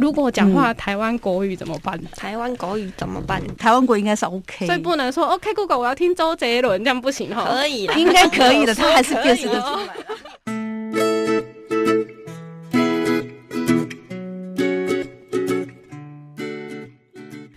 如果讲话台湾国语怎么办？台湾国语怎么办？台湾国应该是 OK，所以不能说 OK Google 我要听周杰伦，这样不行哦哈。可以啦，哦应该可 以的，他还是辨识可以得出哦来。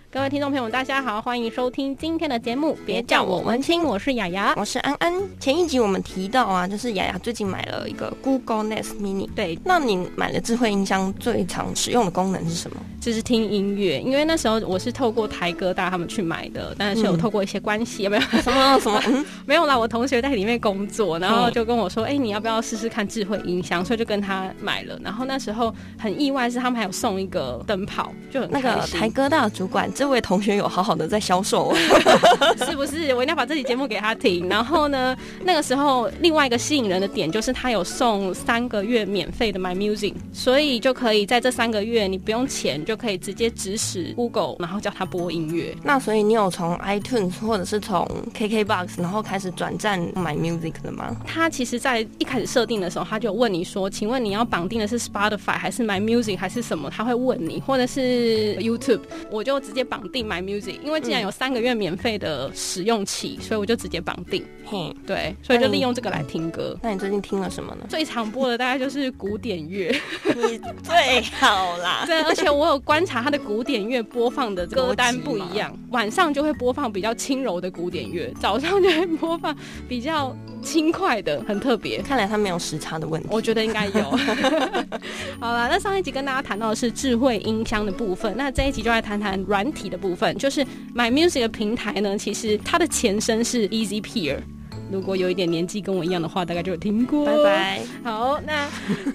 各位听众朋友，大家好，欢迎收听今天的节目，别叫我文青我是雅雅。 我是安安。前一集我们提到啊，就是雅雅最近买了一个 Google Nest Mini。对，那你买了智慧音箱最常使用的功能是什么？就是听音乐，因为那时候我是透过台哥大他们去买的，但是有嗯透过一些关系，有没 有？什么什么？嗯， 没有啦，我同学在里面工作，然后嗯就跟我说，哎、你要不要试试看智慧音箱？所以就跟他买了。然后那时候很意外是他们还有送一个灯泡，就很那个开心台哥大的主管，这位同学有好好的在销售、哦。 是不是？我一定要把这期节目给他听。然后呢，那个时候另外一个吸引人的点就是他有送三个月免费的 My Music，所以就可以在这三个月你不用钱就可以直接指使 Google，然后叫他播音乐。那所以你有从 iTunes 或者是从 KKBox 然后开始转战买 Music 的吗？他其实，在一开始设定的时候，他就问你说：“请问你要绑定的是 Spotify 还是 My Music 还是什么？”他会问你，或者是 YouTube，我就直接绑定 My Music，因为既然有三个月免费的使用期，所以我就直接绑定。嘿，对，所以就那你利用这个来听歌。？那你最近听了什么 呢最常播的大概就是古典 乐，你最好啦。对，而且我有观察他的古典乐播放的歌单不一样，晚上就会播放比较轻柔的古典乐，早上就会播放比较轻快的，很特别。看来他没有时差的问题。我觉得应该 有。好啦，那上一集跟大家谈到的是智慧音箱的部分，那这一集就来谈谈软体的部分。就是 My Music 的平台呢，其实它的前身是 Easy Peer。如果有一点年纪跟我一样的话，大概就有听过。拜。拜。好，那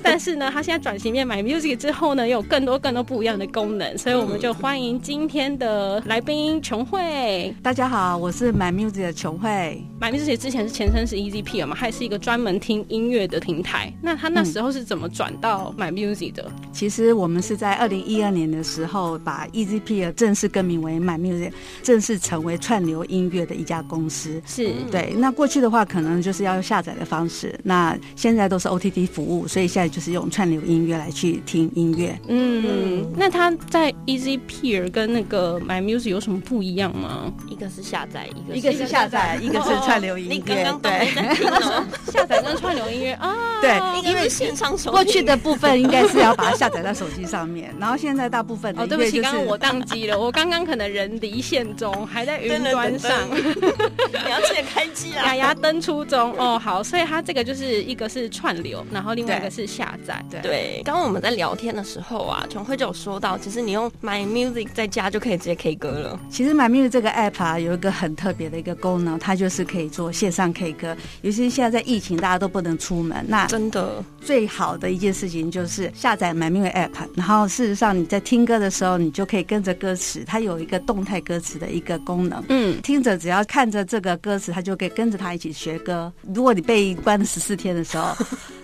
但是呢，它现在转型变 My Music 之后呢，又有更多更多不一样的功能，所以我们就欢迎今天的来宾琼慧。大家好，我是 My Music 的琼慧。 My Music 之前是前身是 E Easy Peer 嘛，它也是一个专门听音乐的平台。那它那时候是怎么转到 My Music 的？其实我们是在二零一二年的时候，把 EZP 正式更名为 My Music，正式成为串流音乐的一家公司。是对，那过去的话可能就是要用下载的方式，那现在都是 OTT 服务，所以现在就是用串流音乐来去听音乐。嗯，那它在 E Easy Peer 跟那个 My Music 有什么不一样吗？一个是下载，一个一个是下载，一个是串流音乐。你刚刚都对没在听哦，下载跟串流音乐 啊，对，一个是线上收听过去的部分应该是要把它下载到手机上面，然后现在大部分的哦，音乐对就不是、起，刚刚我宕机了，我刚刚可能人离线中，还在云端上， 你要记得开机 牙啊。牙登出中。哦，好，所以它这个就是一个是串流，然后另外一个是下载。对对，刚刚我们在聊天的时候啊，琼慧就有说到，其实你用 My Music 在家就可以直接 K 歌了。其实 My Music 这个 app 啊，有一个很特别的一个功能，它就是可以做线上 K 歌。尤其是现在在疫情，大家都不能出门，那真的，最好的一件事情就是下载 My Music app，然后事实上你在听歌的时候，你就可以跟着歌词，它有一个动态歌词的一个功能。嗯，听着，只要看着这个歌词，他就可以跟着他一起学歌。如果你被关了十四天的 时候，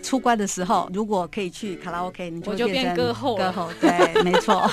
出关的时候，如果可以去卡拉 OK，你就我会就变变成歌后了歌后，对，没错。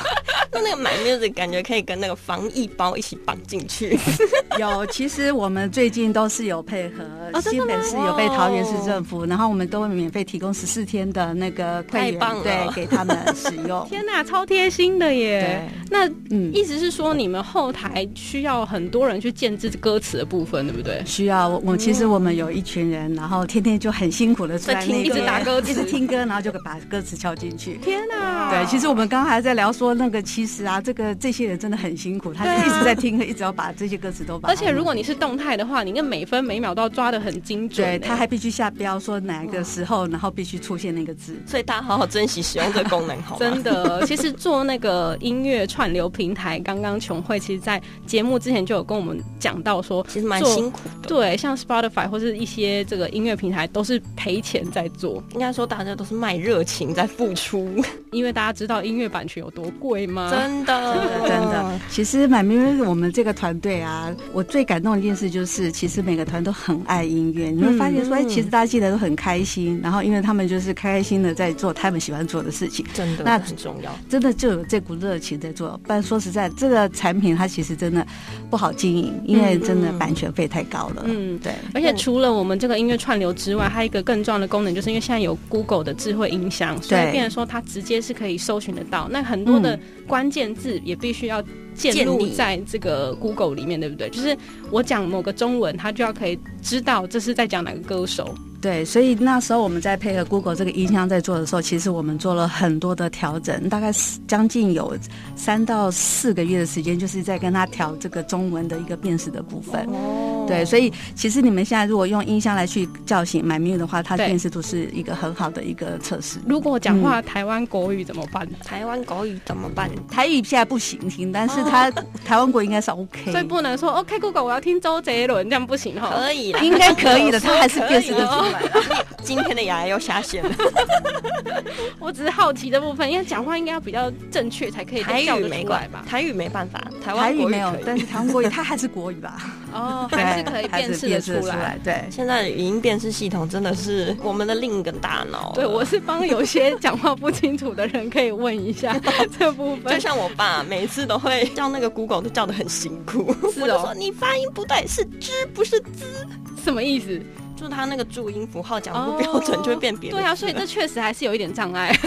那那个 My Music 感觉可以跟那个防疫包一起绑进去。 有，其实我们最近都是有配合，哦真新的吗北市有被桃园市政府，然后我们都会免费提供十四天的那个会太员棒，了对，给他们使 用。天哪，超贴心的耶对！那嗯，意思是说，你们后台需要很多人去建制歌词的部分，对不对？需要我，我其实我们有一群人，然后天天就很辛苦的出在来听那一直边打歌词一直听歌，然后就把歌词敲进 去。天哪！对，其实我们刚刚还在聊说那个，其实啊，这个这些人真的很辛苦，他对啊就一直在听，一直要把这些歌词都把而它弄出且来。如果你是动态的话，你那每分每秒都要抓的很精准、对，欸。他还必须下标说哪一个时候，然后必须出现那个字。所以大家好好珍惜使用这个功能，好吗？真的， 其实做那个音乐串流平台，刚刚琼慧其实，在节目之前就有跟我们讲到说，其实蛮做辛苦的。对，像 Spotify 或是一些这个音乐平台都是赔钱在做，应该说大家都是卖热情在付出，因为大家知道音乐版权有多贵吗？ 真的真 的，真哦的。其实满明我们这个团队啊，我最感动的一件事就是，其实每个团都很爱音乐。你会发现说，哎、嗯其实大家记得都很开心。然后，因为他们就是开开心的在做他们喜欢做的事情，真的那很重要。真的就有这股热情在做做。不然说实在，这个产品它其实真的不好经营，因为真的嗯嗯版权费太高了。嗯对，而且除了我们这个音乐串流之外，还有一个更重要的功能，就是因为现在有 Google 的智慧音箱，所以对变成说它直接是可以搜寻得到。那很多嗯的关键字也必须要建建立立在这个 Google 里面，对不对？就是我讲某个中文，它就要可以知道这是在讲哪个歌手。对，所以那时候我们在配合 Google 这个音箱在做的时候，其实我们做了很多的调整，大概是将近有三到四个月的时间，就是在跟他调这个中文的一个辨识的部分。哦对，所以其实你们现在如果用音箱来去叫醒 My Mu 的话，它的对辨识度是一个很好的一个测试。如果讲嗯话台湾国语怎么办？台湾国语怎么办？台语现在不行听，但是它、台湾国应该是 OK，哦所以不能说 OK Google，我要听周杰伦，这样不行哈。可以啦，哦应该可以的，它还是辨 识的出来。今天的牙又下线了。我只是好奇的部分，因为讲话应该要比较正确才可以台叫语得没出关来吧？啊台语没办法，台台湾语国没语有可，以。但是台湾国语它还是国语吧？哦，还是可以对还辨识辨得识得出出来。来，对。现在语音辨识系统真的是我们的另一个大脑了。啊对，我是帮有些讲话不清楚的人可以问一下这部就分。像我爸每次都会叫那个 Google 都叫的很辛苦，是哦我就说你发音不对，是知不是滋，什么意思？就他那个注音符号讲哦不标准就会变别的字了。对啊，所以这确实还是有一点障碍。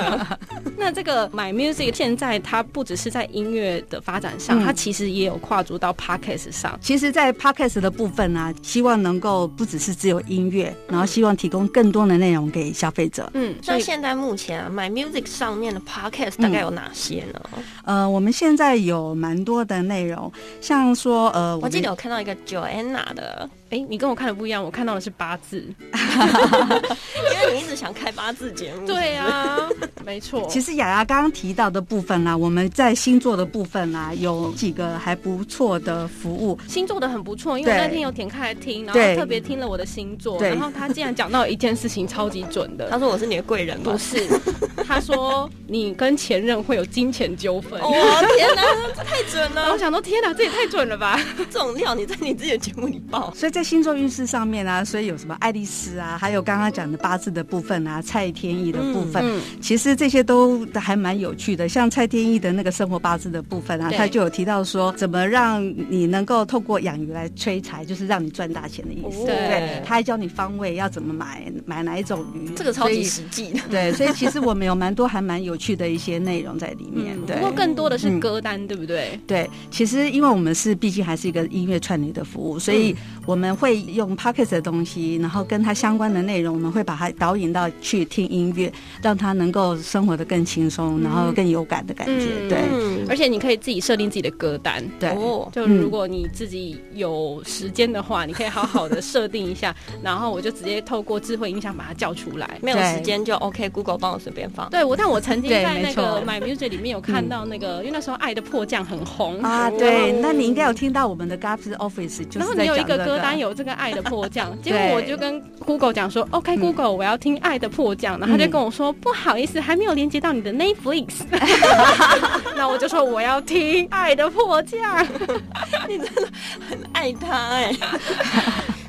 那这个 My Music 现在它不只是在音乐的发展上，嗯它其实也有跨足到 Podcast 上。其实，在 podcast 的部分呢、啊希望能够不只是只有音乐，然后希望提供更多的内容给消费者。嗯，所那以现在目前啊，My Music 上面的 Podcast 大概有哪些呢？呃，我们现在有蛮多的内容，像说呃，我记得们有看到一个 Joanna 的，哎、你跟我看的不一样，我看到的是八字。因为你一直想开八字节目，对啊，没错。其实雅雅刚刚提到的部分啊啦、我们在星座的部分啦、有几个还不错的服务。星座的很不错，因为我对那天有点开来听，然后对特别听了我的星座，对然后他竟然讲到一件事情超级准的他，说我是你的贵人吗不？是，他说你跟前任会有金钱纠纷。哦天哪，这太准然后了哦我！想说，天哪，这也太准了吧！这种料你在你自己的节目里爆，所以在星座运势上面啊，所以有什么爱丽丝啊，还有刚刚讲的八字的部分啊，蔡天意的部分，嗯，其实这些都还蛮有趣的，像蔡天意的那个生活八字的部分啊，对他就有提到说，怎么让你能够透过养鱼来催财，就是让你赚大钱的意思。哦对，他还教你方位要怎么买，买哪一种鱼，这个超所级以实际的。对，所以其实我们有蛮多还蛮有趣的一些内容在里面。嗯不对。过更多的是歌单，对不对？对，其实因为我们是毕竟还是一个音乐串流的服务，所嗯以我们会用 p o c k e t 的东西，然后跟它相关的内容，我们会把它导引到去听音乐，让它能够生活的更轻松，然后更有感的感觉。嗯对嗯，而且你可以自己设定自己的歌单。对、哦，就嗯如果你自己有时间的话，你可以好好的设定一下，然后我就直接透过智慧音响把它叫出来。没有对时间就 OK，Google 帮我随便放。对，我但我曾经对在那没错个 My Music 里面有看到那个，因为那时候《爱的迫降》很红啊，然对后，那你应该有听到我们的 Gaps Office 就然后是你在有一讲这个啊歌单有这个《爱的迫降》， 结果对我就跟 Google 讲说，OK Google，我要听《爱的迫降》，然后他就跟我说，不好意思，还没有连接到你的 Netflix。那我就说我要听《爱的迫降》，爱他 哎、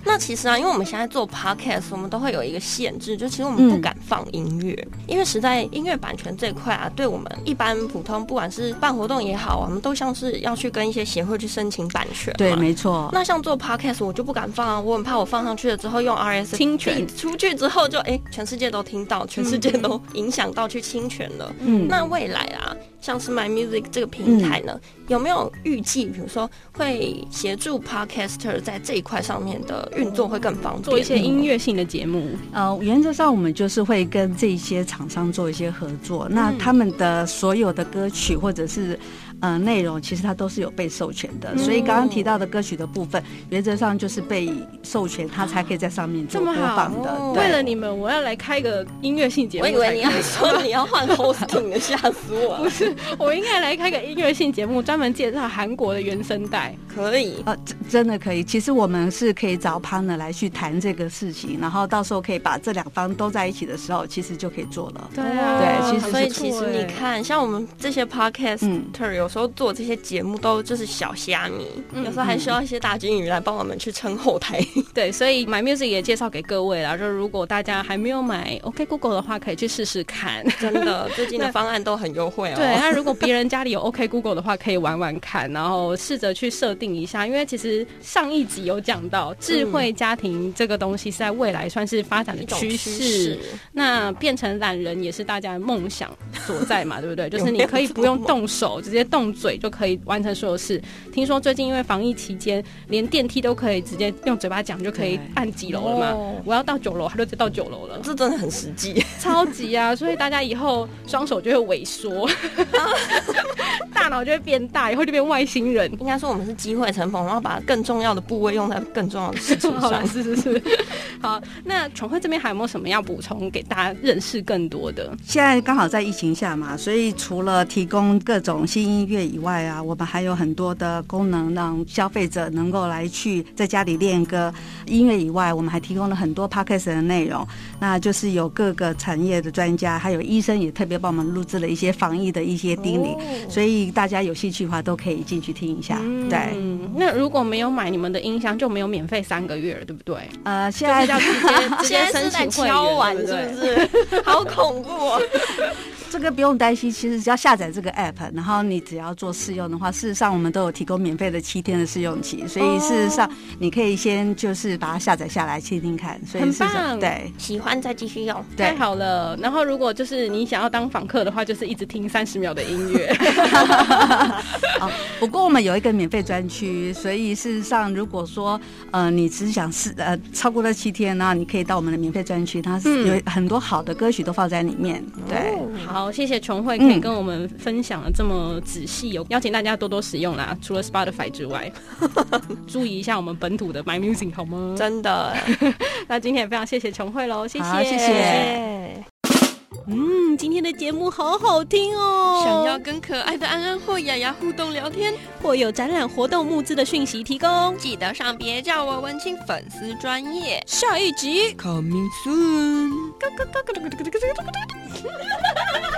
那其实啊，因为我们现在做 podcast，我们都会有一个限制，就其实我嗯们不敢放音乐，因为实在音乐版权这一块啊，对我们一般普通不管是办活动也好啊，我们都像是要去跟一些协会去申请版权嘛。对，没错。那像做 podcast，我就不敢放啊，我很怕我放上去了之后用 RS 侵权嗯出去之后就哎、全世界都听到，全世界都影响到去侵权了。嗯那未来啊，像是 My Music 这个平台呢，嗯有没有预计，比如说会协助 Podcaster 在这一块上面的运作会更方便，做一些音乐性的节目。呃，原则上我们就是会跟这些厂商做一些合作，那嗯他们的所有的歌曲或者是呃内容，其实它都是有被授权嗯的，所以刚刚提到的歌曲的部分，原则上就是被授权，它才可以在上面做这么播好放的哦。对为了你们，我要来开个音乐性节目我才以可。为你要说你要换 hosting 的，吓死我 了！我应该来开个音乐性节目，专门介绍韩国的原声带。可以，呃，这真的可以。其实我们是可以找 partner 来去谈这个事情，然后到时候可以把这两方都在一起的时候，其实就可以做了。对啊，对其实是所以其欸实你看，像我们这些 podcaster 嗯有时候做这些节目都就是小虾米，嗯有时候还需要一些大金鱼来帮我们去撑后台。 对，所以 My Music 也介绍给各位啦，就如果大家还没有买 OK Google 的话，可以去试试看。真的，最近的方案都很优惠哦。对，那如果别人家里有 OK Google 的话，可以玩玩看，然后试着去设定一下，因为其实上一集有讲到智慧家庭这个东西是在未来算是发展的一种趋势，那变成懒人也是大家的梦想所在嘛，对不对？就是你可以不用动手，直接动嘴就可以完成所有事。听说最近因为防疫期间，连电梯都可以直接用嘴巴讲就可以对按几楼了嘛哦。我要到九楼，他就直接到九楼了，这真的很实际。超级啊！所以大家以后双手就会萎缩， 大脑就会变大，以后就变外星人。应该说我们是机会成本，然后把更重要的部位用在更重要的事情 好了，上。是是是，好。那宠慧这边还有没有什么要补充给大家认识更多的？现在刚好在疫情下嘛，所以除了提供各种新音乐以外啊，我们还有很多的功能让消费者能够来去在家里练歌。音乐以外，我们还提供了很多 podcast 的内容，那就是有各个产业的专家，还有医生也特别帮我们录制了一些防疫的一些叮咛，哦所以大家有兴趣的话都可以进去听一下。啊对，嗯，那如果没有买你们的音箱，就没有免费三个月了，对不对？呃，现就是在要直接直接现在申是在请会敲员，碗，对不是对？不是？ 好恐怖哦！这个不用担心，其实只要下载这个 app，然后你只要做试用的话，事实上我们都有提供免费的七天的试用期，所以事实上你可以先就是把它下载下来听听看，所以很事实上棒对喜欢再继续用，太对，好了，然后如果就是你想要当访客的话，就是一直听三十秒的音乐。哦，不过我们有一个免费专区，所以事实上如果说呃你只想试呃超过那七天呢、你可以到我们的免费专区，它是嗯哦有很多好的歌曲都放在里面，哎对。好，谢谢琼慧可以嗯跟我们分享的这么仔细，有邀请大家多多使用啦。除了 Spotify 之外，注意一下我们本土的 My Music 好吗？真的。那今天也非常谢谢琼慧喽，谢好谢，谢谢。哎嗯，今天的节目好好听哦。想要跟可爱的安安或雅雅互动聊天，或有展览活动募资的讯息提供，记得上别叫我文青粉丝专业。下一集 Coming soon。咯咯咯咯咯咯咯咯咯咯咯咯。